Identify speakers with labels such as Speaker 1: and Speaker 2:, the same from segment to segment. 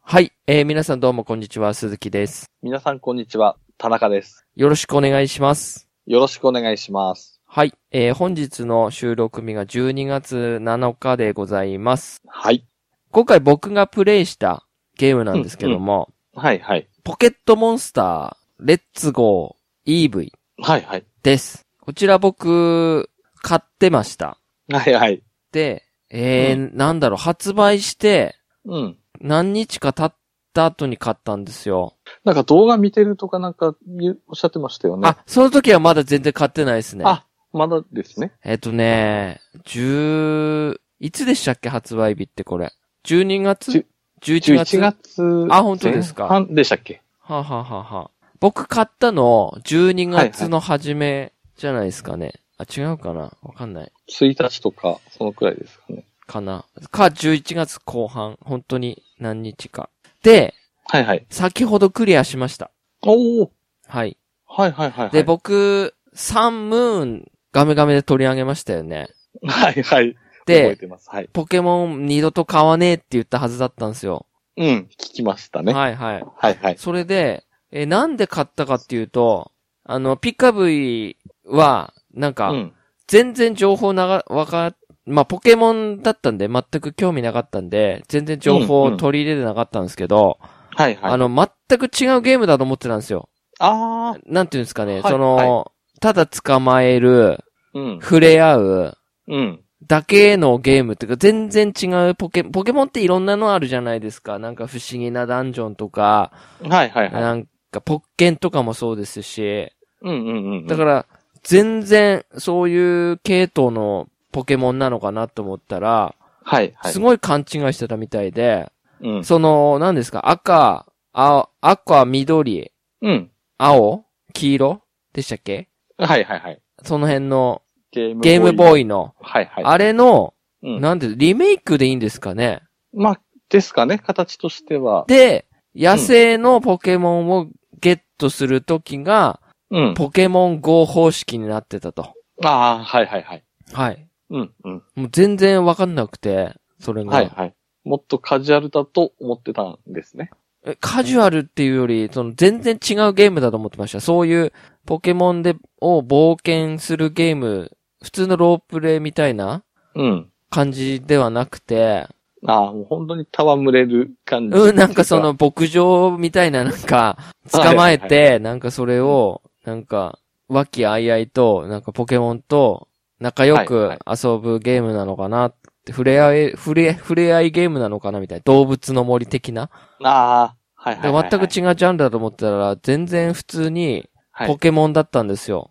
Speaker 1: はい。えー皆さんどうもこんにちは、鈴木です。
Speaker 2: 皆さんこんにちは、田中です。
Speaker 1: よろしくお願いします。
Speaker 2: よろしくお願いします。
Speaker 1: はい。えー本日の収録日が12月7日でございます。
Speaker 2: はい。
Speaker 1: 今回僕がプレイしたゲームなんですけども、
Speaker 2: はいはい。
Speaker 1: ポケットモンスター、レッツゴー EV
Speaker 2: はいはい。
Speaker 1: です。こちら僕、買ってました。
Speaker 2: はいはい。
Speaker 1: で、えーなんだろう、発売して、
Speaker 2: うん。
Speaker 1: 何日か経った後に買ったんですよ。
Speaker 2: なんか動画見てるとかなんか言うおっしゃってましたよね。
Speaker 1: あ、その時はまだ全然買ってないですね。
Speaker 2: あ、まだですね。
Speaker 1: えっとね、十、いつでしたっけ発売日ってこれ。12月
Speaker 2: じ
Speaker 1: ?11 月
Speaker 2: 11月。
Speaker 1: あ本当ですか
Speaker 2: 前半でしたっけ
Speaker 1: はあ、はあはあはあ僕買ったの、12月の初めじゃないですかね。あ、違うかなわかんない。
Speaker 2: ?1 日とか、そのくらいですかね。
Speaker 1: かな。か、11月後半。本当に何日か。で、
Speaker 2: はいはい。
Speaker 1: 先ほどクリアしました。
Speaker 2: おー。
Speaker 1: はい。
Speaker 2: はいはいはい、はい。
Speaker 1: で、、僕、サンムーン、ガメガメで取り上げましたよね。
Speaker 2: はいはい。覚え
Speaker 1: で、
Speaker 2: てます。はい。
Speaker 1: ポケモン二度と買わねえって言ったはずだったんですよ。
Speaker 2: うん。聞きましたね。はい、
Speaker 1: はいはい。
Speaker 2: はい、はい。
Speaker 1: それで、えーなんで買ったかっていうと、あの、ピカブイは、なん
Speaker 2: う
Speaker 1: か、
Speaker 2: ん。
Speaker 1: 全然情報なが、わか、まあ、ポケモンだったんで、全く興味なかったんで、全然情報を取り入れてなかったんですけど、
Speaker 2: はいはい。
Speaker 1: あの、全く違うゲームだと思ってたんですよ。
Speaker 2: あー。
Speaker 1: なんていうんですかね、
Speaker 2: はい
Speaker 1: その、ただ捕まえる、
Speaker 2: うん。
Speaker 1: 触れ合う、
Speaker 2: うん。
Speaker 1: だけのゲームっていうか、全然違うポケ、ポケモンっていろんなのあるじゃないですか。なんか不思議なダンジョンとか、
Speaker 2: はい はいはい。
Speaker 1: なんか、ポッケンとかもそうですし、
Speaker 2: うんうんうん。
Speaker 1: だから、全然、そういう系統のポケモンなのかなと思ったら、
Speaker 2: はいはい。
Speaker 1: すごい勘違いしてたみたいで、
Speaker 2: うん。
Speaker 1: その、何ですか、赤、青、赤、緑、
Speaker 2: うん。
Speaker 1: 青、黄色でしたっけ
Speaker 2: はいはいはい。
Speaker 1: その辺の
Speaker 2: ゲーム
Speaker 1: ゲームボーイの、
Speaker 2: はいはい。
Speaker 1: あれの、
Speaker 2: うん、
Speaker 1: なんで、リメイクでいいんですかね
Speaker 2: まあ、ですかね、形としては。
Speaker 1: で、野生のポケモンをゲットするときが、
Speaker 2: うん。
Speaker 1: ポケモン GO 方式になってたと。
Speaker 2: ああ、はいはいはい。
Speaker 1: はい。
Speaker 2: うん、うん。
Speaker 1: もう全然わかんなくて、それが。
Speaker 2: はいはい。もっとカジュアルだと思ってたんですね。
Speaker 1: えカジュアルっていうより、その全然違うゲームだと思ってました。そういうポケモンで、を冒険するゲーム、普通のロープレイみたいな
Speaker 2: うん。
Speaker 1: 感じではなくて、
Speaker 2: ああ、もう本当に戯れる感じ。
Speaker 1: うん、なんかその、牧場みたいななんか、捕まえて、なんかそれを、なんか、和気あいあいと、なんかポケモンと仲良
Speaker 2: は
Speaker 1: く
Speaker 2: い
Speaker 1: 遊ぶゲームなのかなって、触れ合い、触れ、触れ合いゲームなのかなみたいな。動物の森的な。
Speaker 2: ああ、はいはい
Speaker 1: で
Speaker 2: はい、はい。
Speaker 1: 全く違うジャンルだと思ってたら、全然普通に
Speaker 2: はい
Speaker 1: ポケモンだったんですよ。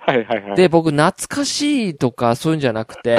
Speaker 2: はいはいはい。
Speaker 1: で、僕、懐かしいとかそういうんじゃなくて、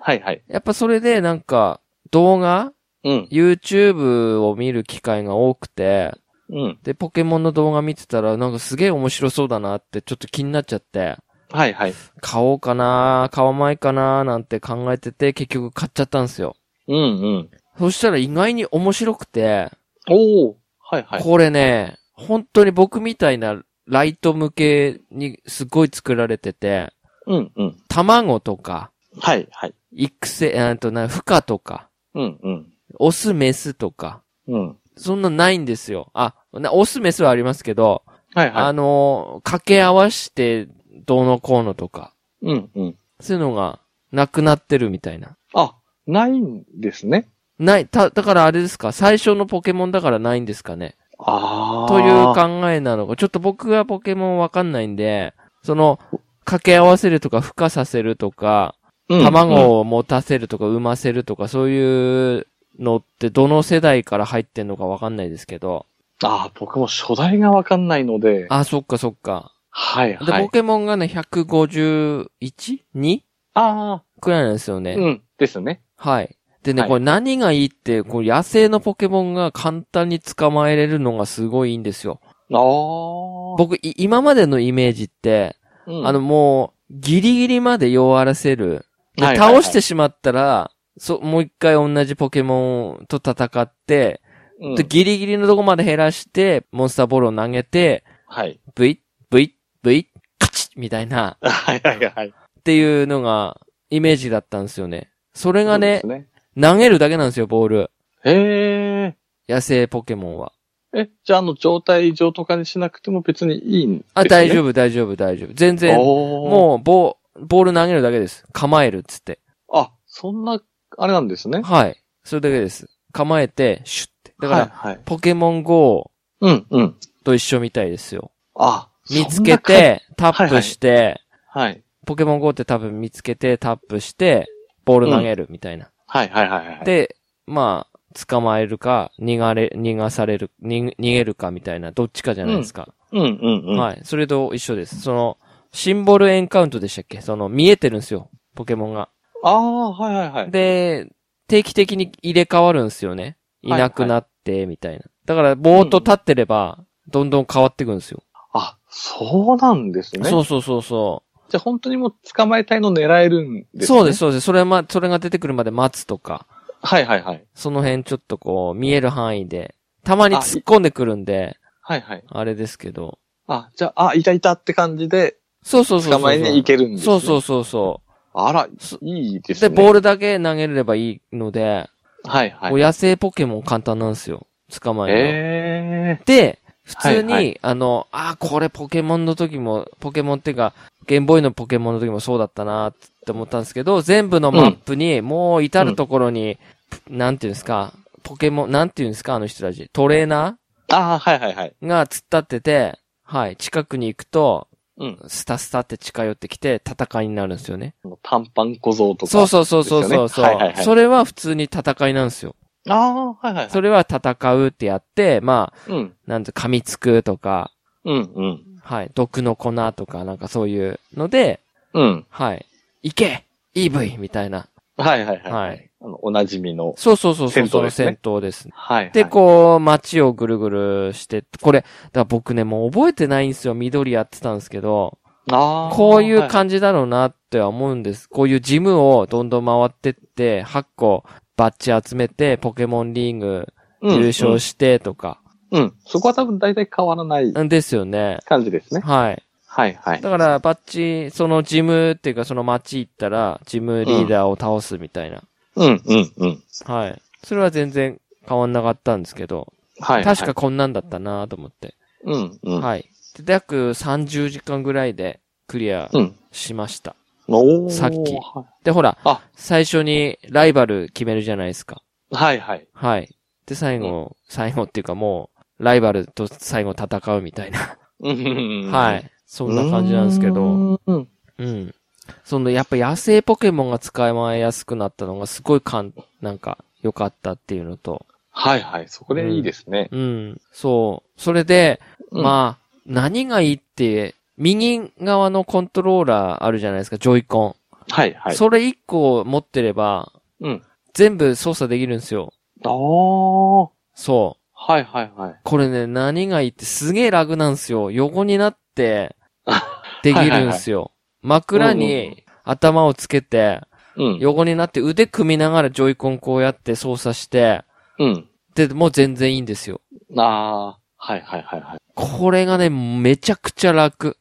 Speaker 2: はいはい。
Speaker 1: やっぱそれでなんか、動画
Speaker 2: うん、
Speaker 1: ?YouTube を見る機会が多くて、
Speaker 2: うん。
Speaker 1: で、ポケモンの動画見てたら、なんかすげえ面白そうだなって、ちょっと気になっちゃって、
Speaker 2: はいはい。
Speaker 1: 買おうかな買わないかななんて考えてて、結局買っちゃったんですよ。
Speaker 2: うん、うん。
Speaker 1: そしたら意外に面白くて、
Speaker 2: おおはいはい。
Speaker 1: これね、本当に僕みたいなライト向けにすごい作られてて、
Speaker 2: うん、うん。
Speaker 1: 卵とか、
Speaker 2: はいはい。
Speaker 1: 育成、えーとな、孵化とか、
Speaker 2: うん、うん。
Speaker 1: オス、メスとか、
Speaker 2: うん。
Speaker 1: そんなないんですよ。あ、なオス、メスはありますけど、
Speaker 2: はいは
Speaker 1: あ
Speaker 2: い。
Speaker 1: のー、掛け合わしてどうのこうのとか、
Speaker 2: うん、うん。
Speaker 1: そういうのがなくなってるみたいな。
Speaker 2: あ、ないんですね。
Speaker 1: ない、た、だからあれですか、最初のポケモンだからないんですかね。
Speaker 2: ああ。
Speaker 1: という考えなのか。ちょっと僕がポケモンわかんないんで、その、掛け合わせるとか、孵化させるとか、
Speaker 2: うん、うん
Speaker 1: 卵を持たせるとか、産ませるとか、そういうのってどの世代から入ってんのかわかんないですけど。
Speaker 2: ああ、僕も初代がわかんないので。
Speaker 1: あ、そっかそっか。
Speaker 2: はい
Speaker 1: で、
Speaker 2: は
Speaker 1: ポ
Speaker 2: い。
Speaker 1: ケモンがね、151?2?
Speaker 2: あ
Speaker 1: くらいなんですよ
Speaker 2: あ、
Speaker 1: ね。
Speaker 2: うん、ですね。
Speaker 1: はい。でね、
Speaker 2: はい
Speaker 1: これ何がいいって、こう野生のポケモンが簡単に捕まえれるのがすごいいいんですよ。
Speaker 2: ああ。
Speaker 1: 僕、い今までのイメージって、
Speaker 2: うん
Speaker 1: あの、もう、ギリギリまで弱らせる。で
Speaker 2: はいはいはい
Speaker 1: 倒してしまったら、そ、もう一回同じポケモンと戦って、
Speaker 2: うん
Speaker 1: で、ギリギリのとこまで減らして、モンスターボールを投げて、
Speaker 2: はい。
Speaker 1: ブイッ、ブイッ、ブイッ、カチッみたいな、
Speaker 2: はいはいはい。
Speaker 1: っていうのが、イメージだったんですよね。それ
Speaker 2: そ
Speaker 1: が
Speaker 2: うで
Speaker 1: ね
Speaker 2: す、ね。
Speaker 1: 投げるだけなんですよ、ボール。
Speaker 2: へえ。
Speaker 1: 野生ポケモンは。
Speaker 2: え、じゃあ、あの、状態異常とかにしなくても別にいいんです、ね、
Speaker 1: あ、大丈夫、大丈夫、大丈夫。全然、
Speaker 2: も
Speaker 1: もう、ボー、ボール投げるだけです。構えるっつって。
Speaker 2: う。あ、そんな、あれなんですね。
Speaker 1: はい。それだけです。構えて、シュッて。だから、
Speaker 2: はい、はい。
Speaker 1: ポケモン GO
Speaker 2: うん、うん。
Speaker 1: と一緒みたいですよ。
Speaker 2: あ、
Speaker 1: 見つけて、タップして、
Speaker 2: そんなか。はい。
Speaker 1: ポケモン GO って多分見つけて、タップして、ボール投げるみたいな。
Speaker 2: はい、はい、はい、はい。
Speaker 1: で、まあ、捕まえるか、逃がれ、逃がされる、逃逃げるかみたいな、どっちかじゃないですか。
Speaker 2: うん、うん、うん。
Speaker 1: はい。それと一緒です。その、シンボルエンカウントでしたっけその、見えてるんですよ。ポケモンが。
Speaker 2: ああ、はい、はい、はい。
Speaker 1: で、定期的に入れ替わるんですよね。いなくなって、みたいな。だから、ぼーっと立ってれば、どんどん変わってくんですよ。
Speaker 2: あ、そうなんですね。
Speaker 1: そうそうそうそう。
Speaker 2: じゃあ本当にもう捕まえたいの狙えるんですね。
Speaker 1: そうです、。そうです。それま、それが出てくるまで待つとか、
Speaker 2: はいはいはい。
Speaker 1: その辺ちょっとこう、見える範囲で、たまに突っ込んでくるんで、
Speaker 2: はいはい。
Speaker 1: あれですけど。
Speaker 2: あ、じゃあ、あ、いたいたって感じで
Speaker 1: そうそうそうそう。
Speaker 2: 捕まえに行けるんです、ね、。
Speaker 1: そうそううそうそ
Speaker 2: あら
Speaker 1: そ、
Speaker 2: いいで
Speaker 1: う。
Speaker 2: す
Speaker 1: で、
Speaker 2: ね。
Speaker 1: ボールだけ投げればいいので、
Speaker 2: ル。はいは
Speaker 1: こう
Speaker 2: い。
Speaker 1: 野生ポケモン簡単なんですよ。捕まえるの。
Speaker 2: ええ
Speaker 1: で、普通に、
Speaker 2: はいは
Speaker 1: あの、あーこれポケモンの時も、ポケモンっていうか、ゲームボーイのポケモンの時もそうだったなって思ったんですけど、全部のマップに、もう至るところに、なんていうんですか、ポケモン、なんていうんですか、あの人たち。トレーナ
Speaker 2: ああ、はいはいはい。
Speaker 1: ーが突っ立ってて、はい、近くに行くと、
Speaker 2: うん。
Speaker 1: スタスタって近寄ってきて、戦いになるんですよね。
Speaker 2: 短パン小僧とか。
Speaker 1: そうそうそうそうそうそう、
Speaker 2: ですよねはいはいはい
Speaker 1: それは普通に戦いなんですよ。
Speaker 2: う。ああ、はいはいは
Speaker 1: それは戦うってやって、まあ、
Speaker 2: い。うん。
Speaker 1: なんて、噛みつくとか、
Speaker 2: うんうん。
Speaker 1: はい。毒の粉とか、なんかそういうので、
Speaker 2: うん。
Speaker 1: はい。行け !EV! みたいな。
Speaker 2: はいはいはい。
Speaker 1: はい。
Speaker 2: あの、おなじみの。
Speaker 1: そうそうそうそう、
Speaker 2: 戦闘
Speaker 1: その
Speaker 2: ですね
Speaker 1: 戦闘ですね。
Speaker 2: はい、はい。
Speaker 1: で、こう、街をぐるぐるして、これ、だから僕ね、もう覚えてないんですよ。緑やってたんですけど、
Speaker 2: う、ああ。
Speaker 1: こういう
Speaker 2: は
Speaker 1: 感じだろうなっては思うんです。こういうジムをどんどん回ってって、8個バッジ集めて、ポケモンリーグ
Speaker 2: い
Speaker 1: 優勝
Speaker 2: し、
Speaker 1: してとか、
Speaker 2: うん、うん。そこは多分大体変わらない
Speaker 1: んですよね。
Speaker 2: 感じですね。
Speaker 1: はい。
Speaker 2: はいはい。
Speaker 1: だから、バッチ、そのジムっていうか、その街行ったら、ジムリーダーを倒すみたいな。
Speaker 2: うんうんうん。
Speaker 1: はい。それは全然変わんなかったんですけど、
Speaker 2: はい、はい。
Speaker 1: 確か。こんなんだったなと思って。
Speaker 2: うんうん。
Speaker 1: はい。で、約30時間ぐらいでクリア
Speaker 2: うん。
Speaker 1: しました。
Speaker 2: おー
Speaker 1: さっき
Speaker 2: は
Speaker 1: で、ほら
Speaker 2: あ、
Speaker 1: 最初にライバル決めるじゃないですか。
Speaker 2: はいはい。
Speaker 1: はい。で、最後、最後っていうかもう、ライバルと最後戦うみたいな。は。
Speaker 2: はい
Speaker 1: そんな感じなんですけど。
Speaker 2: うん。
Speaker 1: うん。その、やっぱ野生ポケモンが使いまえやすくなったのがすごいかん、なんか、良かったっていうのと。
Speaker 2: はいはい。そこでいいですね。
Speaker 1: うん。そう。それで、
Speaker 2: うん
Speaker 1: まあ、何がいいって、右側のコントローラーあるじゃないですか、ジョイコン。
Speaker 2: はいはい。
Speaker 1: それ一個持ってれば、
Speaker 2: うん。
Speaker 1: 全部操作できるんですよ。
Speaker 2: ああ。は
Speaker 1: そう。
Speaker 2: いはいはい。
Speaker 1: これね、何がいいってすげえ楽なんですよ。横にな って、できるんですよ。枕
Speaker 2: うんう
Speaker 1: に頭をつけて、
Speaker 2: うん。
Speaker 1: 横になって腕組みながらジョイコンこうやって操作して、
Speaker 2: うん。
Speaker 1: で、もう全然いいんですよ。
Speaker 2: ああ。はいはいはいはい。
Speaker 1: これがね、めちゃくちゃ楽。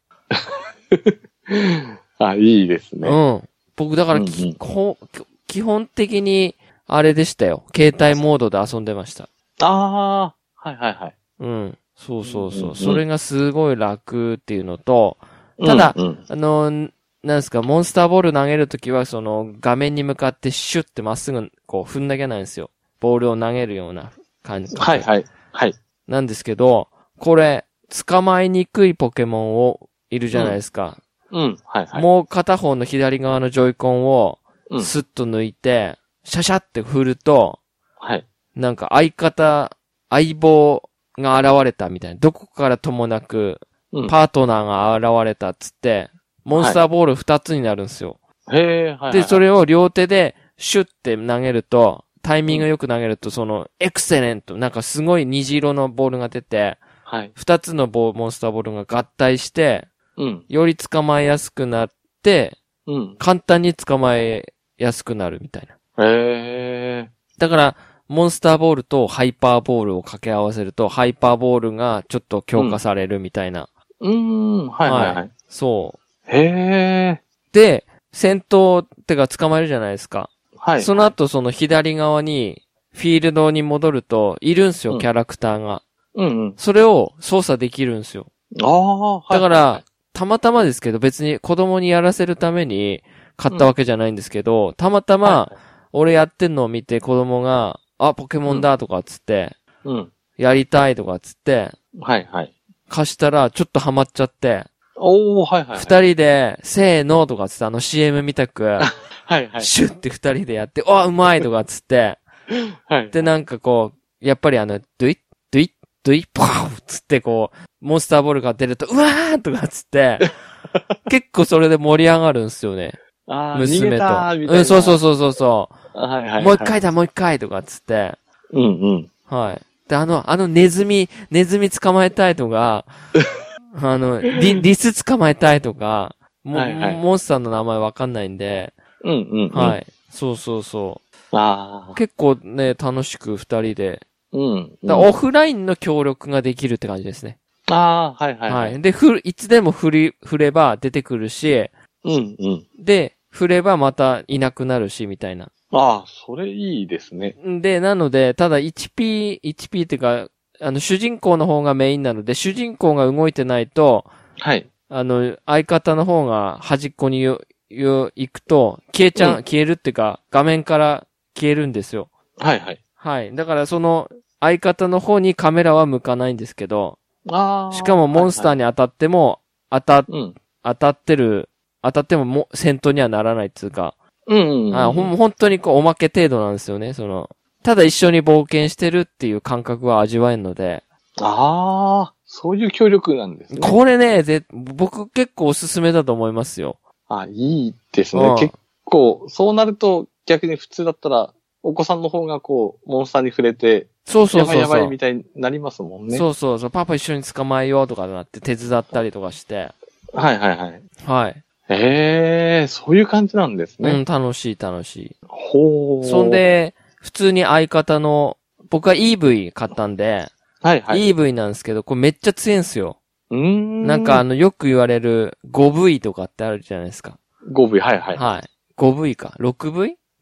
Speaker 2: あ、いいですね。
Speaker 1: うん。僕だからき、
Speaker 2: うんうん
Speaker 1: こうき基本的に、あれでしたよ。携帯モードで遊んでました。
Speaker 2: ああ。はいはいはい。
Speaker 1: うん。そうそう
Speaker 2: うん
Speaker 1: そ
Speaker 2: うん
Speaker 1: う。それがすごい楽っていうのと、
Speaker 2: うん
Speaker 1: ただ
Speaker 2: うん
Speaker 1: あの、んなんですか、モンスターボール投げるときは、その、画面に向かってシュッてまっすぐ、こう、踏んだけないんですよ。ボールを投げるような感じ。
Speaker 2: はいはい。はい。
Speaker 1: なんですけど、これ、捕まえにくいポケモンを、いるじゃないですか。
Speaker 2: うん。はいはい。
Speaker 1: もう片方の左側のジョイコンを
Speaker 2: う、ん
Speaker 1: スッと抜いて、シャシャって振ると、
Speaker 2: はい。
Speaker 1: なんか相方、相棒が現れたみたいな。どこからともなく
Speaker 2: うん、
Speaker 1: パートナーが現れたっつって、モンスターボール二つになるんですよ。
Speaker 2: へえ、はい。
Speaker 1: で、そ
Speaker 2: れ。
Speaker 1: れを両手で、シュッて投げると、タイミングよく投げると、その、エクセレント、なんかすごい虹色のボールが出て、
Speaker 2: はい。
Speaker 1: 二つのボーモンスターボールが合体して、
Speaker 2: うん。
Speaker 1: より捕まえやすくなって、
Speaker 2: うん。
Speaker 1: 簡単に捕まえやすくなるみたいな。
Speaker 2: へえ。
Speaker 1: だから、モンスターボールとハイパーボールを掛け合わせると、ハイパーボールがちょっと強化されるみたいな。
Speaker 2: うーん。はいはいはい。
Speaker 1: そう。
Speaker 2: へえ。
Speaker 1: で、戦闘ってか捕まえるじゃないですか。
Speaker 2: はい。
Speaker 1: その後その左側に、フィールドに戻ると、いるんす
Speaker 2: う
Speaker 1: よ、
Speaker 2: ん
Speaker 1: キャラクターが。
Speaker 2: うんうん。
Speaker 1: それを操作できるんすよ。
Speaker 2: ああ、はい。
Speaker 1: だから、たまたまですけど、別に子供にやらせるために買ったわけじゃないんですけど、たまたま、
Speaker 2: は
Speaker 1: 俺やってんのを見て子供が、あ、ポケモンだとかっつって、
Speaker 2: い、うん。
Speaker 1: やりたいとかっつって、
Speaker 2: はいはい。
Speaker 1: 貸したらちょっとハマっちゃって、
Speaker 2: おおはいはい。
Speaker 1: 二、人で、せーのとかっつって、あの CM みたく、
Speaker 2: はいはい。
Speaker 1: シュッて二人でやって、あ、うまいとかっつって、
Speaker 2: はい。
Speaker 1: で、なんかこう、やっぱりあの、ドゥイッ、ドゥイッ、ドゥイッ、ポーンっつってこう、モンスターボールが出ると、うわーとかっつっ て、結構それで盛り上がるんすよね。
Speaker 2: ああ、逃
Speaker 1: 娘
Speaker 2: げ
Speaker 1: と。
Speaker 2: たーみたいな。
Speaker 1: うん、そうそううそうそうそ
Speaker 2: はいはいは
Speaker 1: う。
Speaker 2: い。
Speaker 1: もう一。回だ、もう一回とかっつって。
Speaker 2: うんうん。
Speaker 1: はい。で、あの、あのネズミ、ネズミ捕まえたいと か、あの、リ、リス捕まえたいとか、も
Speaker 2: はいはい
Speaker 1: モンスターの名前わかんないんで、
Speaker 2: うんうん、うん。。
Speaker 1: はいい。そうそうそ
Speaker 2: あ
Speaker 1: う。
Speaker 2: あ。
Speaker 1: 結構ね、楽しく二人で。
Speaker 2: うん。
Speaker 1: だオフラインの協力ができるって感じですね。
Speaker 2: ああ、はいはい。
Speaker 1: はい。。で、ふる、いつでも振り、振れば出てくるし、
Speaker 2: うんうん。
Speaker 1: で、振ればまたいなくなるし、みたいな。
Speaker 2: ああ、それいいですね。
Speaker 1: で、なので、ただ 1P、1P っていうか、あの、主人公の方がメインなので、主人公が動いてないと、
Speaker 2: はい。
Speaker 1: あの、相方の方が端っこによ、よ、行くと、消えちゃう、
Speaker 2: う
Speaker 1: 消えるっていうか、画面から消えるんですよ。
Speaker 2: はいはい。
Speaker 1: はい。だからその、相方の方にカメラは向かないんですけど、
Speaker 2: ああ。
Speaker 1: しかもモンスター
Speaker 2: に。
Speaker 1: に当たっても、当た、
Speaker 2: うん。
Speaker 1: 当たってる、当たってもも戦闘にはならないっていうか、
Speaker 2: うんうんうん。
Speaker 1: あほん、本当にこう、おまけ程度なんですよね、その。ただ一緒に冒険してるっていう感覚は味わえるので、
Speaker 2: ああ、そういう協力なんですね。
Speaker 1: これね、ぜ、僕結構おすすめだと思いますよ。
Speaker 2: あ、いいですね
Speaker 1: うん。
Speaker 2: 結構、そうなると逆に普通だったら、お子さんの方がこう、モンスターに触れて、
Speaker 1: そうそうそうそう。
Speaker 2: やばいやばいみたいになりますもんね。
Speaker 1: そうそうそう、パパ一緒に捕まえようとかなって手伝ったりとかして、
Speaker 2: はいはいはい。
Speaker 1: はい。
Speaker 2: ええそういう感じなんです
Speaker 1: う
Speaker 2: ね。
Speaker 1: ん、楽しい楽しい。
Speaker 2: ほう。
Speaker 1: そん、で、普通に相方の、僕は EV 買ったんで、
Speaker 2: はいはい。
Speaker 1: EV なんですけど、これめっちゃ強いんすよ。
Speaker 2: うーん。
Speaker 1: なんかあ、の、よく言われる 5V とかってあるじゃないですか。
Speaker 2: 5V、はいはい。
Speaker 1: はい。5V か。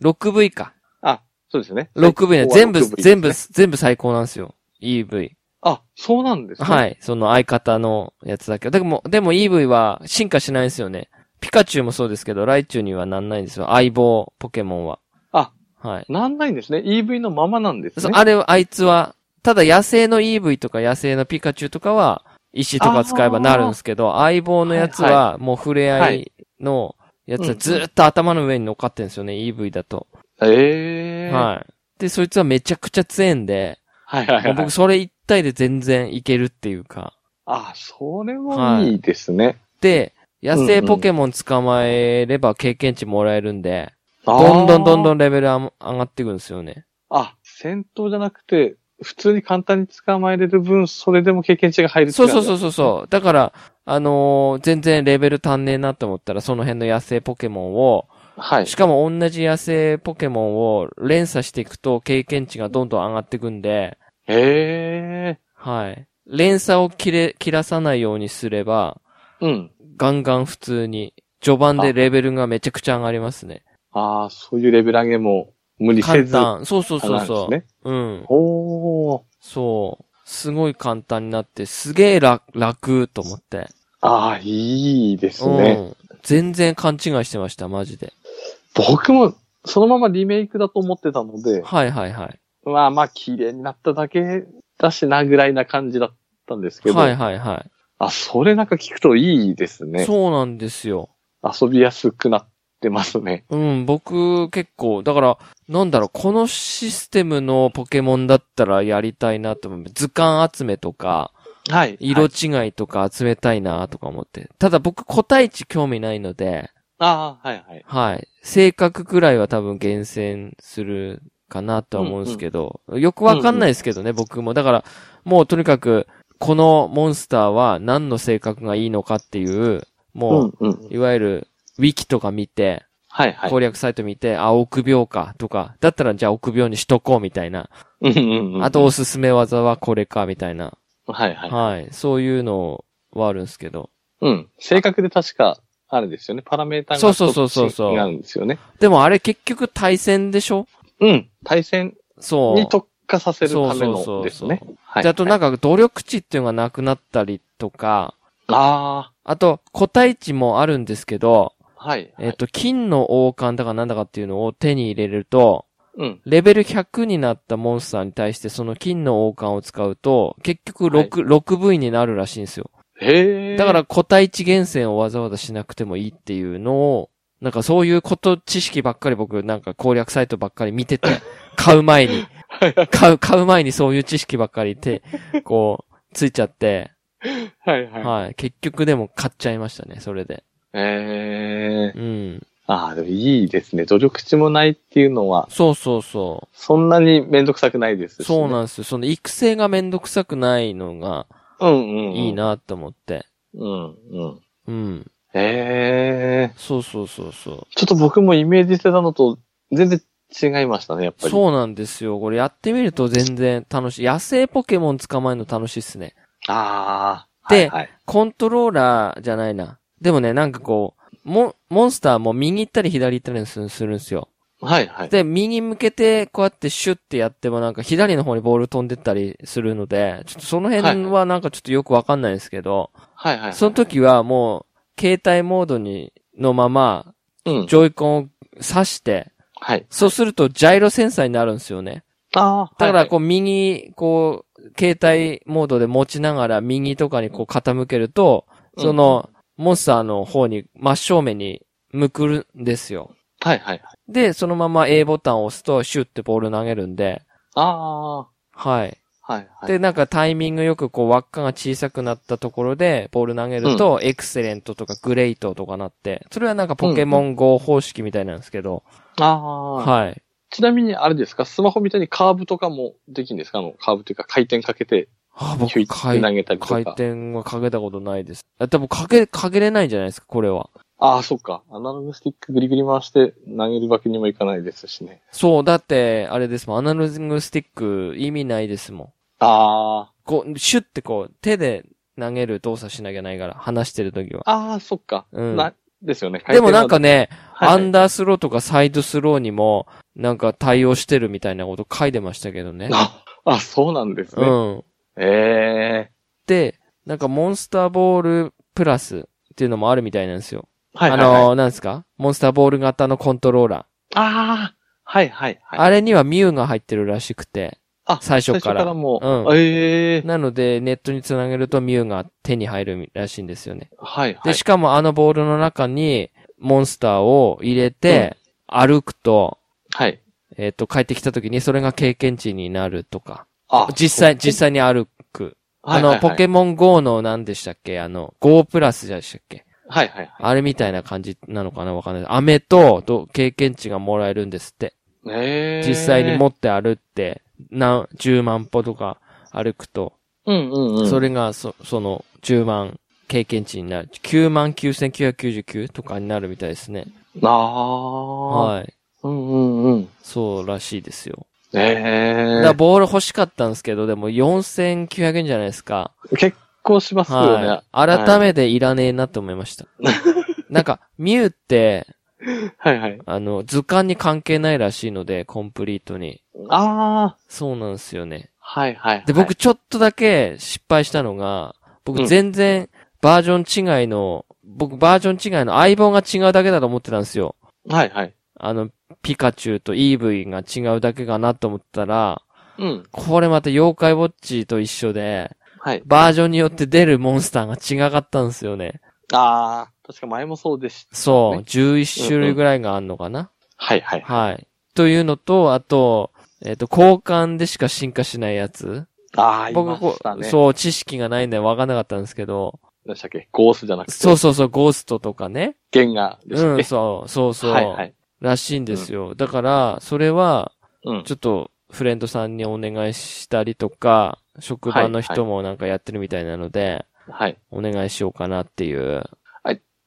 Speaker 1: 6V?6V か。
Speaker 2: あ、そうですね。
Speaker 1: 6V ね。
Speaker 2: ここは
Speaker 1: 全部、
Speaker 2: 6V
Speaker 1: 全部、全部最高なんですよ。EV。
Speaker 2: あ、そうなんですね。。
Speaker 1: はいい。その相方のやつだけど。でも、でも EV は進化しないんですよね。ピカチュウもそうですけど、ライチュウにはなんないんですよ。相棒、ポケモンは。
Speaker 2: あ、
Speaker 1: はい。
Speaker 2: なんないんですね。EV のままなんです
Speaker 1: そ
Speaker 2: ね。
Speaker 1: あれ、あいつは、ただ野生の EV とか野生のピカチュウとかは、石とか使えばなるんですけど、相棒のやつ
Speaker 2: は
Speaker 1: は、もう触れ合
Speaker 2: はいい
Speaker 1: のやつ
Speaker 2: うんう
Speaker 1: は
Speaker 2: ん
Speaker 1: ずーっと頭の上に乗っかってるんですよね、EV だと。
Speaker 2: ええ
Speaker 1: はい。で、そいつはめちゃくちゃ強いんで、
Speaker 2: はいは
Speaker 1: も
Speaker 2: いは
Speaker 1: う
Speaker 2: い。
Speaker 1: 僕それ一体で全然いけるっていうか。
Speaker 2: あ、それもいいですね。
Speaker 1: で、野生ポケモン捕まえれば経験値もらえるんで、
Speaker 2: あ
Speaker 1: どんどんどんど
Speaker 2: ん。
Speaker 1: んレベルあ上がっていくんですよね。
Speaker 2: あ、戦闘じゃなくて、普通に簡単に捕まえれる分、それでも経験値が入る。
Speaker 1: そうそうそううそうそう。だから、あのー全然レベル足んねえなと思ったら、その辺の野生ポケモンを、
Speaker 2: はい
Speaker 1: し。かも同じ野生ポケモンを連鎖していくと経験値がどんどん上がっていくんで、
Speaker 2: ええ
Speaker 1: はい。連鎖を切れ、切らさないようにすれば、
Speaker 2: うん。
Speaker 1: ガンガン普通に、序盤でレベルがめちゃくちゃ上がりますね。
Speaker 2: ああ、そういうレベル上げも無理せ
Speaker 1: 簡
Speaker 2: ず。
Speaker 1: 単。そうそうそう
Speaker 2: なん
Speaker 1: そ
Speaker 2: ですね。
Speaker 1: う。うん。
Speaker 2: おー。
Speaker 1: そう。すごい簡単になって、すげえ楽、楽と思って。
Speaker 2: ああ、いいです
Speaker 1: うん。
Speaker 2: ね。
Speaker 1: 全然勘違いしてました、マジで。
Speaker 2: 僕も、そのままリメイクだと思ってたので、
Speaker 1: はいはいはい。
Speaker 2: まあまあ、綺麗になっただけだしなぐらいな感じだったんですけど、
Speaker 1: はいはいは
Speaker 2: あ、それなんか聞くといいです
Speaker 1: い。
Speaker 2: ね。
Speaker 1: そうなんですよ。
Speaker 2: 遊びやすくなってますね。
Speaker 1: うん、僕結構、だから、なんだろう、このシステムのポケモンだったらやりたいなと思う。図鑑集めとか、
Speaker 2: はい。
Speaker 1: 色
Speaker 2: はい
Speaker 1: 違いとか集めたいなとか思って。ただ僕個体値興味ないので、
Speaker 2: ああ、はいはい。
Speaker 1: はい。性格くらいは多分厳選するかなとは思うんですけど、よくわかんないですけどね、僕も。だから、もうとにかく、このモンスターは何の性格がいいのかっていう、
Speaker 2: う
Speaker 1: も
Speaker 2: んうん
Speaker 1: う、。いわゆる、ウィキとか見て、
Speaker 2: はいはい。
Speaker 1: 攻略サイト見て、あ、臆病か、とか、だったらじゃあ臆病にしとこう、みたいな。
Speaker 2: うんうんうん。
Speaker 1: あとお、すすめ技はこれか、みたいな。
Speaker 2: はいはい。
Speaker 1: はい。そういうのはあるんですけど。
Speaker 2: うん。正確で確か、あれですよね。パラメーターが
Speaker 1: そうそうそうそうそう
Speaker 2: なんですよね。
Speaker 1: でもあれ結局対戦でしょ
Speaker 2: うん。対戦
Speaker 1: そう。
Speaker 2: に特化させるため
Speaker 1: そうそうそうそ
Speaker 2: の
Speaker 1: う
Speaker 2: ですね。はい。
Speaker 1: であとなんか努力値っていうのがなくなったりとか、
Speaker 2: あ
Speaker 1: あと個体値もあるんですけど、
Speaker 2: あ、はい。
Speaker 1: えっ、と、金の王冠だかなんだかっていうのを手に入れると、
Speaker 2: うん。
Speaker 1: レベル100になったモンスターに対してその金の王冠を使うと、結局6、六部位になるらしいんですよ。
Speaker 2: へえ。
Speaker 1: だか、ら個体値厳選をわざわざしなくてもいいっていうのを、なんかそういうこと、知識ばっかり僕なんか攻略サイトばっかり見て て、買う前に、買う、買う前にそういう知識ばっかりって、こう、ついちゃって、
Speaker 2: はいはい。
Speaker 1: はい。結局でも買っちゃいましたね、それで。
Speaker 2: ええ。
Speaker 1: うん。
Speaker 2: ああ、でもいいですね。努力値もないっていうのは、
Speaker 1: そうそうそ
Speaker 2: そんなにめんどくさくないですし
Speaker 1: う。
Speaker 2: ね。
Speaker 1: そうなんですよ。その育成がめんどくさくないのが
Speaker 2: うんうんうん。
Speaker 1: いい。なと思って。
Speaker 2: うんうん。
Speaker 1: うん。
Speaker 2: ええ。
Speaker 1: そうそうそうそう。
Speaker 2: ちょっと僕もイメージしてたのと全然違いましたね、やっぱり。
Speaker 1: そうなんですよ。これやってみると全然楽しい。野生ポケモン捕まえるの楽しいっすね。
Speaker 2: ああ。
Speaker 1: で
Speaker 2: はいはい、
Speaker 1: コントローラーじゃないな。でもね、なんかこう、モモンスターも右行ったり左行ったりするするんですよ。
Speaker 2: はいはい。
Speaker 1: で、右向けて、こうやってシュッてやってもなんか左の方にボール飛んでったりするので、ちょっとその辺はなんかちょっとよくわかんないですけど、
Speaker 2: はいはい。
Speaker 1: その時はもう、携帯モードに、のまま、
Speaker 2: うん。
Speaker 1: ジョイコンを刺して、
Speaker 2: はい。
Speaker 1: そうするとジャイロセンサーになるんですよね。
Speaker 2: ああ。
Speaker 1: だから
Speaker 2: う。
Speaker 1: こう右、こう、携帯モードで持ちながら右とかにこう傾けると、
Speaker 2: うん
Speaker 1: その、モンスターの方に真正面に向くるんですよ。
Speaker 2: はいはいはい。
Speaker 1: で、そのまま A ボタンを押すとシュッてボール投げるんで、はい。
Speaker 2: ああ。はいはい。
Speaker 1: で、なんかタイミングよくこう輪っかが小さくなったところでボール投げると、エクセレントとかグレイトとかなって、それはなんかポケモン GO 方式みたいなんですけど、
Speaker 2: ああ。
Speaker 1: はい。
Speaker 2: ちなみにあれですかスマホみたいにカーブとかもできるんですかあの、カーブというか回転かけて、
Speaker 1: あ、
Speaker 2: ヒュイ
Speaker 1: 僕、
Speaker 2: って
Speaker 1: 回
Speaker 2: 投げたりと
Speaker 1: 回
Speaker 2: か。
Speaker 1: 転はかけたことないです。あ多分かけ、かけれないんじゃないですか、これは。
Speaker 2: ああ、そっか。アナログスティックぐりぐり回して投げるわけにもいかないですしね。
Speaker 1: そう、だって、あれですもん、アナログスティック意味ないですもん。
Speaker 2: あ
Speaker 1: こう、シュッてこう、手で投げる動作しなきゃないから、話してる時は。
Speaker 2: あ。ああ、そっか。
Speaker 1: うん
Speaker 2: な、ですよね。
Speaker 1: でもなんかね、
Speaker 2: 回
Speaker 1: ア
Speaker 2: 転は、はいはい
Speaker 1: ンダースローとかサイドスローにも、なんか対応してるみたいなこと書いてましたけどね。
Speaker 2: あ、 あ、そうなんです
Speaker 1: う
Speaker 2: ね。
Speaker 1: ん。
Speaker 2: ええ
Speaker 1: で、なんかモンスターボールプラスっていうのもあるみたいなんですよ。
Speaker 2: はいはい、はい。
Speaker 1: あのー、なんですかモンスターボール型のコントローラー。
Speaker 2: ああ、はいはいはい。
Speaker 1: あれにはミュウが入ってるらしくて。
Speaker 2: あ
Speaker 1: 最初から
Speaker 2: もう、
Speaker 1: うん
Speaker 2: ええ
Speaker 1: なので、ネットにつなげるとミュウが手に入るらしいんですよね。
Speaker 2: はいは
Speaker 1: で、
Speaker 2: い。
Speaker 1: しかもあのボールの中に、モンスターを入れて、歩くと、
Speaker 2: はい。
Speaker 1: えっ、と、帰ってきた時にそれが経験値になるとか。
Speaker 2: あ
Speaker 1: 実際、実際に歩く。あ
Speaker 2: はいはいはい
Speaker 1: の、ポケモン GO の何でしたっけあの、GO プラスでしたっけ
Speaker 2: はいはいはい。
Speaker 1: あれみたいな感じなのかなわかんない。飴と、と、経験値がもらえるんですって。
Speaker 2: ええ
Speaker 1: 実際に持って歩って、何、10万歩とか歩くと、
Speaker 2: うんうんうん。
Speaker 1: そ
Speaker 2: れ。
Speaker 1: れがそ、その、10万経験値になる。9万9999とかになるみたいですね。
Speaker 2: ああ。い。
Speaker 1: はい。
Speaker 2: うんうんうん。
Speaker 1: そうらしいですよ。だ
Speaker 2: え
Speaker 1: か
Speaker 2: え
Speaker 1: らボール欲しかったんですけど、でも4900円じゃないですか。
Speaker 2: 結構しますよね。
Speaker 1: はい。改めていらねえなって思いました。 なんか、ミュウって、
Speaker 2: はいはい。
Speaker 1: あの、図鑑に関係ないらしいので、コンプリートに。
Speaker 2: ああ。
Speaker 1: そうなんですよね。
Speaker 2: はいはい、はい。
Speaker 1: で、僕、ちょっとだけ失敗したのが、
Speaker 2: う
Speaker 1: 僕
Speaker 2: ん
Speaker 1: 全然バージョン違いの、僕バージョン違いの相棒が違うだけだと思ってたんですよ。
Speaker 2: はいはい。
Speaker 1: あの、ピカチュウとイーブイが違うだけかなと思ったら、
Speaker 2: うん。
Speaker 1: これまた妖怪ウォッチと一緒で、
Speaker 2: はい。
Speaker 1: バージョンによって出るモンスターが違かったんですよね。
Speaker 2: ああ。確か前もそうでした。
Speaker 1: そう、
Speaker 2: ね
Speaker 1: 11種類ぐらいがあんのかな、
Speaker 2: はいはい。
Speaker 1: はい。というのと、あと、えっ、と、交換でしか進化しないやつ。
Speaker 2: ああ、い
Speaker 1: 僕
Speaker 2: ま
Speaker 1: はこ
Speaker 2: した
Speaker 1: う、
Speaker 2: ね。う。
Speaker 1: そう、知識がないんで分かんなかったんですけど、
Speaker 2: 何でしたっけゴースじゃなくて。
Speaker 1: そうそうそう、ゴーストとかね。
Speaker 2: ゲンガーでしたっ
Speaker 1: うん、
Speaker 2: け、
Speaker 1: そう、そうそう、
Speaker 2: はいはい。
Speaker 1: らしいんですよ。だから、それは、
Speaker 2: うん。
Speaker 1: ちょっと、フレンドさんにお願いしたりとか、職場の
Speaker 2: はい
Speaker 1: 人もなんかやってるみたいなので、
Speaker 2: はい。
Speaker 1: お願いしようかなっていう。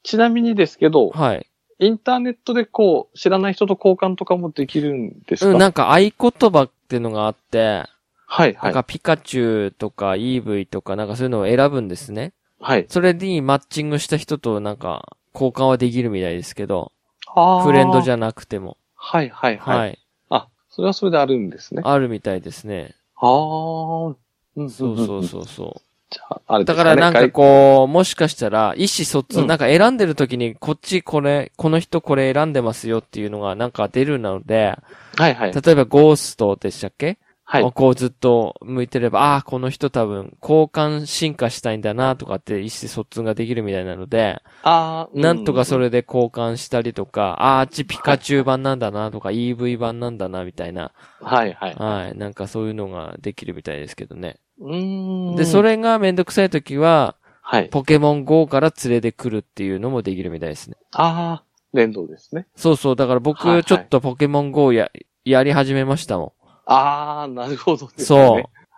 Speaker 2: ちなみにですけど、
Speaker 1: はい。
Speaker 2: インターネットでこう、知らない人と交換とかもできるんですか、
Speaker 1: うん、なんか合言葉っていうのがあって、
Speaker 2: はいは
Speaker 1: なん
Speaker 2: い。
Speaker 1: かピカチュウとかイーブイとかなんかそういうのを選ぶんですね。
Speaker 2: はい。
Speaker 1: それにマッチングした人となんか交換はできるみたいですけど、
Speaker 2: ああ。
Speaker 1: フレンドじ
Speaker 2: ゃ。
Speaker 1: ゃなくても。
Speaker 2: はいはいはい。
Speaker 1: はい。
Speaker 2: あ、それはそれであるんですね。あ
Speaker 1: あるみたいですね。
Speaker 2: あー。うん
Speaker 1: そうそう
Speaker 2: う
Speaker 1: そ
Speaker 2: ん。
Speaker 1: うそ
Speaker 2: じゃあ、あれ
Speaker 1: う。だ
Speaker 2: です
Speaker 1: から
Speaker 2: ね
Speaker 1: なんかこう、もしかしたら、意思疎通、
Speaker 2: うん
Speaker 1: なんか選んでる時に、こっちこれ、この人これ選んでますよっていうのがなんか出るので、
Speaker 2: はいはい。
Speaker 1: 例えばゴーストでしたっけ、
Speaker 2: はい。
Speaker 1: をこうずっと向いてれば、ああー、この人多分、交換進化したいんだなとかって意思疎通ができるみたいなので、
Speaker 2: ああ。
Speaker 1: なんとかそ
Speaker 2: れ。
Speaker 1: れで交換したりとか、あーあっちピカチュウ版なんだなとか、EV 版なんだなみたいな、
Speaker 2: はいはい。
Speaker 1: はい、なんかそういうのができるみたいですけどね。
Speaker 2: うーん。
Speaker 1: で、そ。れがめんどくさい時は、
Speaker 2: はい。
Speaker 1: ポケモン GO から連れてくるっていうのもできるみたいですね。
Speaker 2: ああ。連動ですね。
Speaker 1: そうそう、だから
Speaker 2: はいは
Speaker 1: 僕、
Speaker 2: い
Speaker 1: ちょっとポケモン GO や、やり始めましたも
Speaker 2: ああ、なるほどです
Speaker 1: ん。
Speaker 2: ね。
Speaker 1: そう。。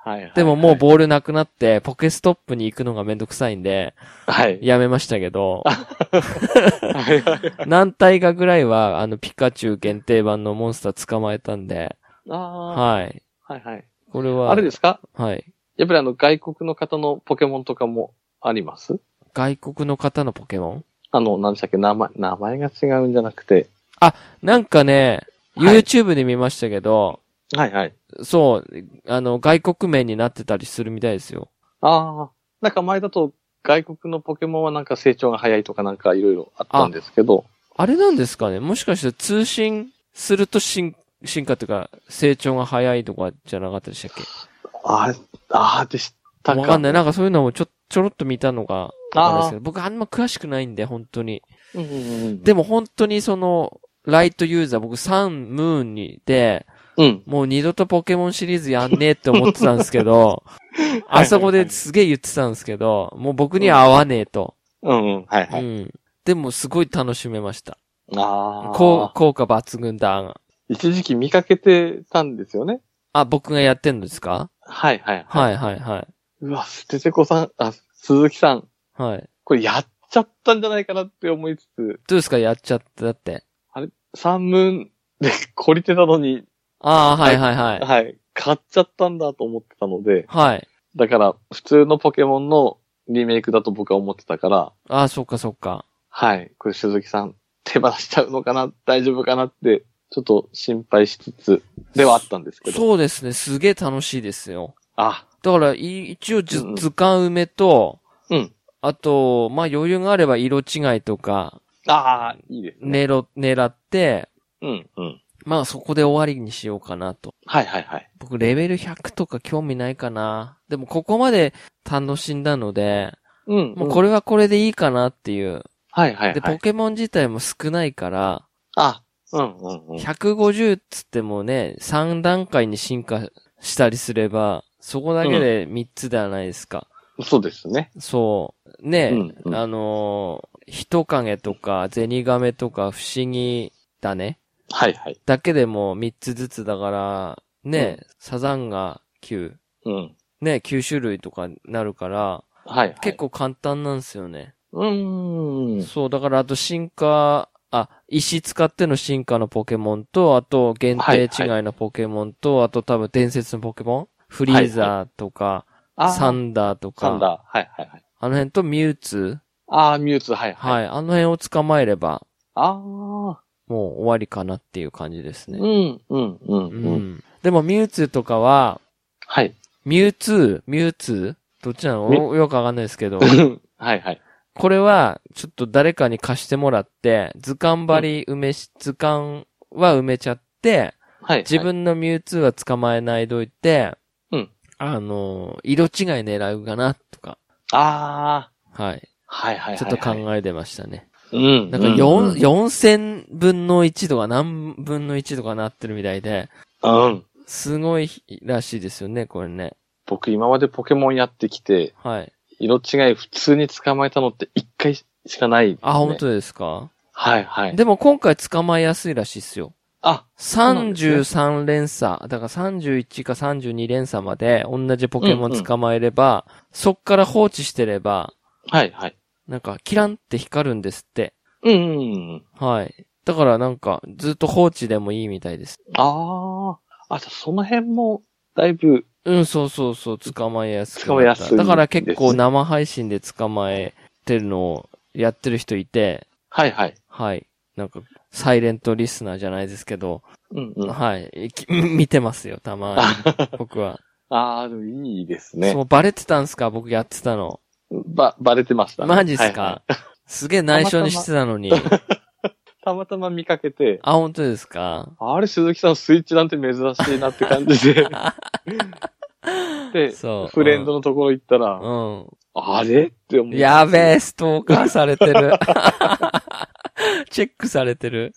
Speaker 2: はいはい。
Speaker 1: でももう、ボールなくなって、ポケストップに行くのがめんどくさいんで、
Speaker 2: はい。
Speaker 1: やめましたけ ど、
Speaker 2: はいはいはい
Speaker 1: 何体かぐらいは、あの、ピカチュウ限定版のモンスター捕まえたんで、
Speaker 2: あ
Speaker 1: はい。
Speaker 2: あ。はいはい。
Speaker 1: これは、
Speaker 2: あれですか
Speaker 1: はい。
Speaker 2: やっぱりあの、外国の方のポケモンとかもあります
Speaker 1: 外国の方のポケモン
Speaker 2: あの、何でしたっけ名前、名前が違うんじゃなくて。
Speaker 1: なんかね、
Speaker 2: はい
Speaker 1: YouTube で見ましたけど、
Speaker 2: はいはい。
Speaker 1: そう、あの、外国名になってたりするみたいですよ。
Speaker 2: ああ。なんか前だと、外国のポケモンはなんか成長が早いとかなんかいろいろあったんですけど。
Speaker 1: あれなんですかねもしかして通信すると進、進化というか、成長が早いとかじゃなかったでしたっけ
Speaker 2: ああ、ああでしたか。
Speaker 1: わかんない。なん
Speaker 2: か。
Speaker 1: かそういうのをちょ、ちょろっと見たのが、あ
Speaker 2: あー
Speaker 1: るんですけど、僕あんま詳しくないんで、本当に。
Speaker 2: うんうんうん。
Speaker 1: でも本当にその、ライトユーザー、僕サン、ムーンに、で、
Speaker 2: うん。
Speaker 1: もう二度とポケモンシリーズやんねえって思ってたんですけ ど、あそこですげえ言ってたんですけど、もう僕には合わねえと。
Speaker 2: うんうん。はいうはい。
Speaker 1: ん。でもすごい楽しめました。
Speaker 2: ああ。
Speaker 1: こう、効果抜群だ。
Speaker 2: 一時期見かけてたんですよね。
Speaker 1: あ、僕がやってんのですか
Speaker 2: はいはい。
Speaker 1: はいはいは
Speaker 2: うわ、ステテコさん、あ、鈴木さん、
Speaker 1: い。はい。
Speaker 2: これやっちゃったんじゃないかなって思いつつ、
Speaker 1: どうですかやっちゃって、だって。
Speaker 2: サンムーンで懲りてたのに、
Speaker 1: ああ、はいはいはい。
Speaker 2: はい、買っちゃったんだと思ってたので、
Speaker 1: はい。
Speaker 2: だから、普通のポケモンのリメイクだと僕は思ってたから、
Speaker 1: ああ、そっかそっか。
Speaker 2: はい、これ鈴木さん、手放しちゃうのかな大丈夫かなって、ちょっと心配しつつ、ではあったんですけど。
Speaker 1: そうですね。すげえ楽しいですよ。
Speaker 2: あ、
Speaker 1: だから、い一応、ず
Speaker 2: うんうん
Speaker 1: 図鑑埋めと、
Speaker 2: うん。
Speaker 1: あと、まあ、余裕があれば色違いとか、
Speaker 2: ああ、いいですね。
Speaker 1: 狙ろ、狙って、
Speaker 2: うん、うん。
Speaker 1: まあ、そこで終わりにしようかなと。
Speaker 2: はいはいはい。
Speaker 1: 僕、レベル100とか興味ないかな。でも、ここまで楽しんだので、
Speaker 2: うん、
Speaker 1: もうこ
Speaker 2: れ、
Speaker 1: れはこれでいいかなっていう。
Speaker 2: はいはい
Speaker 1: で、
Speaker 2: は
Speaker 1: ポ
Speaker 2: い。
Speaker 1: ケモン自体も少ないから、
Speaker 2: あ、うん、うん、うん。
Speaker 1: 150っつってもね、3段階に進化したりすれば、そこだけで3つではないですか。
Speaker 2: そうですね。
Speaker 1: そう。ね、
Speaker 2: うんうん
Speaker 1: あのー人影とか、ゼニガメとか、不思議だね。
Speaker 2: はいはい。
Speaker 1: だけでも3つずつだから、ね、サザンが9、
Speaker 2: うん。
Speaker 1: ね、9種類とかなるから、
Speaker 2: はい、はい。
Speaker 1: 結構簡単なんですよね。
Speaker 2: うーん。
Speaker 1: そう、だからあと進化、あ、石使っての進化のポケモンと、あと限定違いのポケモンと、あと多分伝説のポケモンフリーザーとか、
Speaker 2: あー
Speaker 1: サンダーと
Speaker 2: サン
Speaker 1: か、
Speaker 2: ダー。はいはいはい。
Speaker 1: あの辺とミュウツ
Speaker 2: ああ、ミュウツー、はい。
Speaker 1: ー、はいい、あの辺を捕まえれば、
Speaker 2: ああ、
Speaker 1: もう終わりかなっていう感じです
Speaker 2: う
Speaker 1: ね。
Speaker 2: ん、うん、う、
Speaker 1: うん
Speaker 2: うん。
Speaker 1: ん。でもミュウツーとかは、
Speaker 2: はい。
Speaker 1: ミュウツー、ミュウツーどっちな
Speaker 2: み
Speaker 1: のよくわかんないですけ ど、
Speaker 2: はいはい。
Speaker 1: これは、ちょっと誰かに貸してもらって、図鑑張り埋めし、図鑑は埋めちゃって、
Speaker 2: はい。
Speaker 1: 自分のミュウツーは捕まえないどいて、
Speaker 2: うん
Speaker 1: あの、色違い狙うかな、とか。
Speaker 2: ああ、
Speaker 1: はい。
Speaker 2: はいはいはいはい。
Speaker 1: ちょっと考えてましたね。
Speaker 2: え。うん。
Speaker 1: なんか
Speaker 2: 四
Speaker 1: 4、4000分の1とか何分の1とかなってるみたいで、
Speaker 2: うん。
Speaker 1: すごいらしいですよね、これね。
Speaker 2: 僕今までポケモンやってきて、
Speaker 1: はい。
Speaker 2: 色違い普通に捕まえたのって一回しかない。
Speaker 1: あ、本
Speaker 2: 当
Speaker 1: 当ですか
Speaker 2: はいはい。
Speaker 1: でも今回捕まえやすいらしいっすよ。
Speaker 2: あ、うなんです
Speaker 1: 33連鎖、だから31か32連鎖まで同じポケモン捕まえれば、そっから放置してれば、
Speaker 2: はいはい。
Speaker 1: なんかキランって光るんですって。
Speaker 2: うんうんうん。
Speaker 1: はい。だからなんかずっと放置でもいいみたいです。
Speaker 2: ああ。あ、じゃあその辺も、だいぶ、
Speaker 1: うん、そうそうそう、捕まえやすく
Speaker 2: 捕まえ
Speaker 1: な
Speaker 2: や
Speaker 1: っ
Speaker 2: すいで
Speaker 1: た。
Speaker 2: すね
Speaker 1: だから結構生配信で捕まえてるのをやってる人いて、
Speaker 2: はいはい。
Speaker 1: はい。なんか、サイレントリスナーじゃないですけど、
Speaker 2: うんうん。あ
Speaker 1: はい、き 見てますよ、たま に。僕は。
Speaker 2: あー、でもいいですね
Speaker 1: そ。う、バレてたんすか僕やってたの。
Speaker 2: ば、バレてました。
Speaker 1: マジっす
Speaker 2: はいは
Speaker 1: かすげえ内緒にしてたのに。
Speaker 2: いたまたま見かけて、
Speaker 1: あ、本当ですか
Speaker 2: あれ、鈴木さんスイッチなんて珍しいなって感 じで。で、
Speaker 1: そう。
Speaker 2: フレンドのところ行ったら、
Speaker 1: うん。
Speaker 2: あれって思う。
Speaker 1: やべえ、ストーカーされて る。チェックされてる。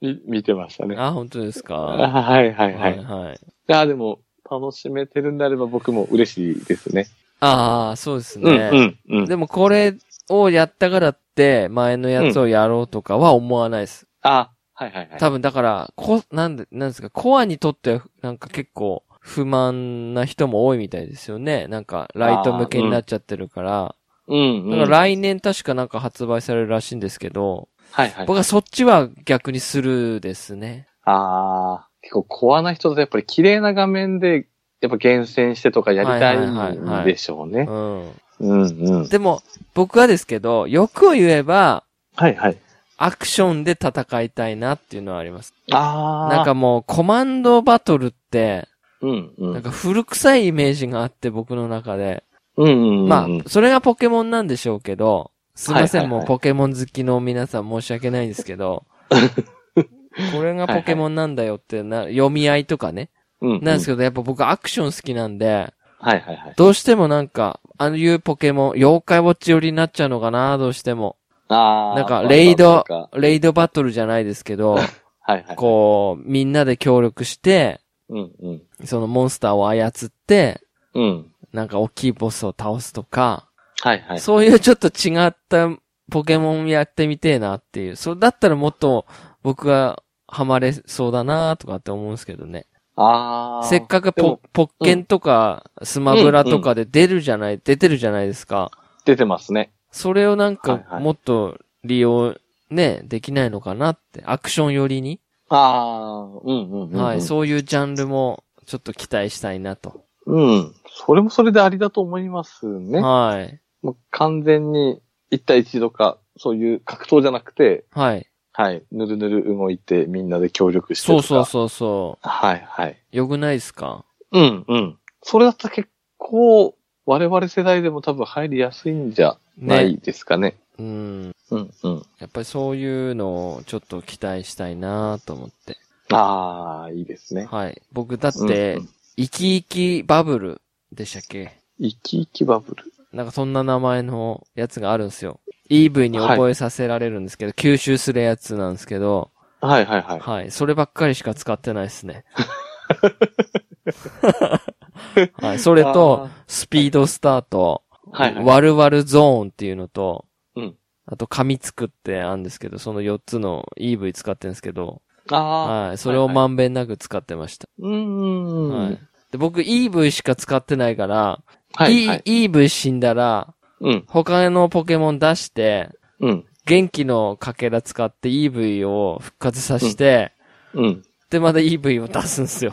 Speaker 2: み見てましたね。
Speaker 1: あ、本当ですか。
Speaker 2: あはいはいは。
Speaker 1: はいいはい。
Speaker 2: いや、でも、楽しめてるんであれば僕も嬉しいですね。
Speaker 1: ああ、そうです
Speaker 2: う
Speaker 1: ね。
Speaker 2: んうんうん。
Speaker 1: でもこれをやったからって、前のやつをやろうとかは思わないです。
Speaker 2: あ、はいはいはい。
Speaker 1: 多分だから、こ、なんで、なんですか、コアにとっては、なんか結構、不満な人も多いみたいですよね。なんか、ライト向けになっちゃってるから。
Speaker 2: うん、うん。
Speaker 1: だから来年確かなんか発売されるらしいんですけど、
Speaker 2: はいはい。
Speaker 1: 僕はそっちは逆にするですね。
Speaker 2: あー、結構コアな人だとやっぱり綺麗な画面で、やっぱ厳選してとかやりたい
Speaker 1: はいはいはいは
Speaker 2: ん
Speaker 1: い
Speaker 2: でしょうね。
Speaker 1: うん。
Speaker 2: うんうん。
Speaker 1: でも、僕はですけど、欲を言えば、
Speaker 2: はいはい。
Speaker 1: アクションで戦いたいなっていうのはあります。
Speaker 2: あー。
Speaker 1: なんか、もう、コマンドバトルって、
Speaker 2: うんうん。
Speaker 1: なんか古臭いイメージがあって、僕の中で。
Speaker 2: うんうんうん。
Speaker 1: まあ、それがポケモンなんでしょうけど、すいません、
Speaker 2: はいはいはい
Speaker 1: もうポケモン好きの皆さん申し訳ないんですけ ど、これがポケモンなんだよってな、読み合いとかね。
Speaker 2: うんうん
Speaker 1: なんですけど、やっぱ僕アクション好きなんで、
Speaker 2: はいはいはい。
Speaker 1: どうしてもなんか、あのいうポケモン、妖怪ウォッチ寄りになっちゃうのかな、どうしても。
Speaker 2: あー。
Speaker 1: なんか、
Speaker 2: まあ
Speaker 1: レイ
Speaker 2: ま
Speaker 1: ド
Speaker 2: あまあなんか、
Speaker 1: レイドバトルじゃないですけ ど、
Speaker 2: はいはい。
Speaker 1: こう、みんなで協力して、
Speaker 2: うんうん。
Speaker 1: そのモンスターを操って、
Speaker 2: うん。
Speaker 1: なんか大きいボスを倒すとか、
Speaker 2: はいはい。
Speaker 1: そういうちょっと違ったポケモンやってみてえなっていう。それだったらもっと僕がハマれそうだなとかって思うんですけどね。
Speaker 2: あー。
Speaker 1: せっかく
Speaker 2: でも
Speaker 1: ポポッケンとかスマブラとかで出るじゃない、出てるじゃないですか。
Speaker 2: 出てますね。
Speaker 1: それをなん
Speaker 2: はいは
Speaker 1: か
Speaker 2: い
Speaker 1: もっと利用ね、できないのかなって。アクション寄りに。
Speaker 2: あー。うんうんうんうん。
Speaker 1: はい、そういうジャンルもちょっと期待したいなと。
Speaker 2: うん。それもそれでありだと思いますね。
Speaker 1: はい。
Speaker 2: もう完全に1対1とか、そういう格闘じゃなくて、
Speaker 1: はい。
Speaker 2: はい。ぬるぬる動いてみんなで協力してと
Speaker 1: そ
Speaker 2: か。
Speaker 1: うそうそうそ
Speaker 2: はいはい。
Speaker 1: う。よくないですか
Speaker 2: うんうん。それだったら結構、我々世代でも多分入りやすいんじゃな
Speaker 1: ね。
Speaker 2: いですかね。
Speaker 1: うん。
Speaker 2: うんうん。
Speaker 1: やっぱりそういうのをちょっと期待したいなと思って。
Speaker 2: ああ、いいですね。
Speaker 1: はい。僕だっ
Speaker 2: う
Speaker 1: て
Speaker 2: んうん、
Speaker 1: 生き生きバブルでしたっけ
Speaker 2: 生き生きバブル。
Speaker 1: なんかそんな名前のやつがあるんですよ。EV に覚えさせられるんですけど、吸収するやつなんですけど、
Speaker 2: はいはいはい。
Speaker 1: はい。そればっかりしか使ってないです ね。はい。そ
Speaker 2: そ
Speaker 1: れと、、スピードスタート、
Speaker 2: はいはい。
Speaker 1: ワルワルゾーンっていうのと、
Speaker 2: うん
Speaker 1: あと、紙作ってあるんですけど、その4つの EV 使ってるんですけど、
Speaker 2: ああ、
Speaker 1: はい。それをまんべんなく使ってました。
Speaker 2: うんうんうん。
Speaker 1: はい。で、僕 EV しか使ってないから、
Speaker 2: はいはい。
Speaker 1: E- EV 死んだら、
Speaker 2: うん
Speaker 1: 他のポケモン出して、
Speaker 2: うん
Speaker 1: 元気のかけら使って EV を復活させて、
Speaker 2: うん。
Speaker 1: で、まだ EV を出すんす よ。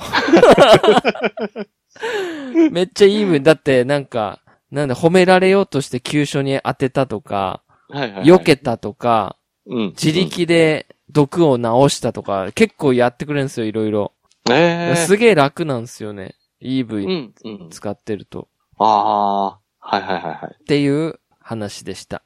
Speaker 1: めっちゃ EV、だってなんか、なんだ、褒められようとして急所に当てたとか、
Speaker 2: はいはいはい。
Speaker 1: 避けたとか、
Speaker 2: うん、
Speaker 1: 自力で毒を治したとか、結構やってくれるんですよ、いろいろ。
Speaker 2: うん。ええ
Speaker 1: すげえ楽なんですよね。EV
Speaker 2: ん、うん。
Speaker 1: 使ってると。
Speaker 2: ああ、はいはいはいはい。
Speaker 1: っていう話でした。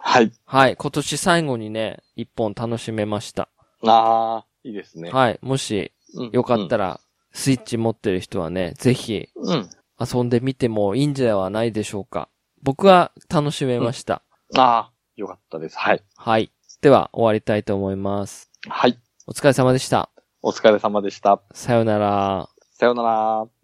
Speaker 2: はい。
Speaker 1: はい。今年最後にね、一本楽しめました。
Speaker 2: ああ、いいですね。
Speaker 1: はい。もし、
Speaker 2: うん
Speaker 1: よかったら、スイッチ持ってる人はね、ぜひ、
Speaker 2: うん。うん。
Speaker 1: 遊んでみてもいいんじゃないでしょうか。僕は楽しめました。
Speaker 2: ああ、よかったです。はい。
Speaker 1: はい。では、終わりたいと思います。
Speaker 2: はい。
Speaker 1: お疲れ様でした。
Speaker 2: お疲れ様でした。
Speaker 1: さようなら。
Speaker 2: さようなら。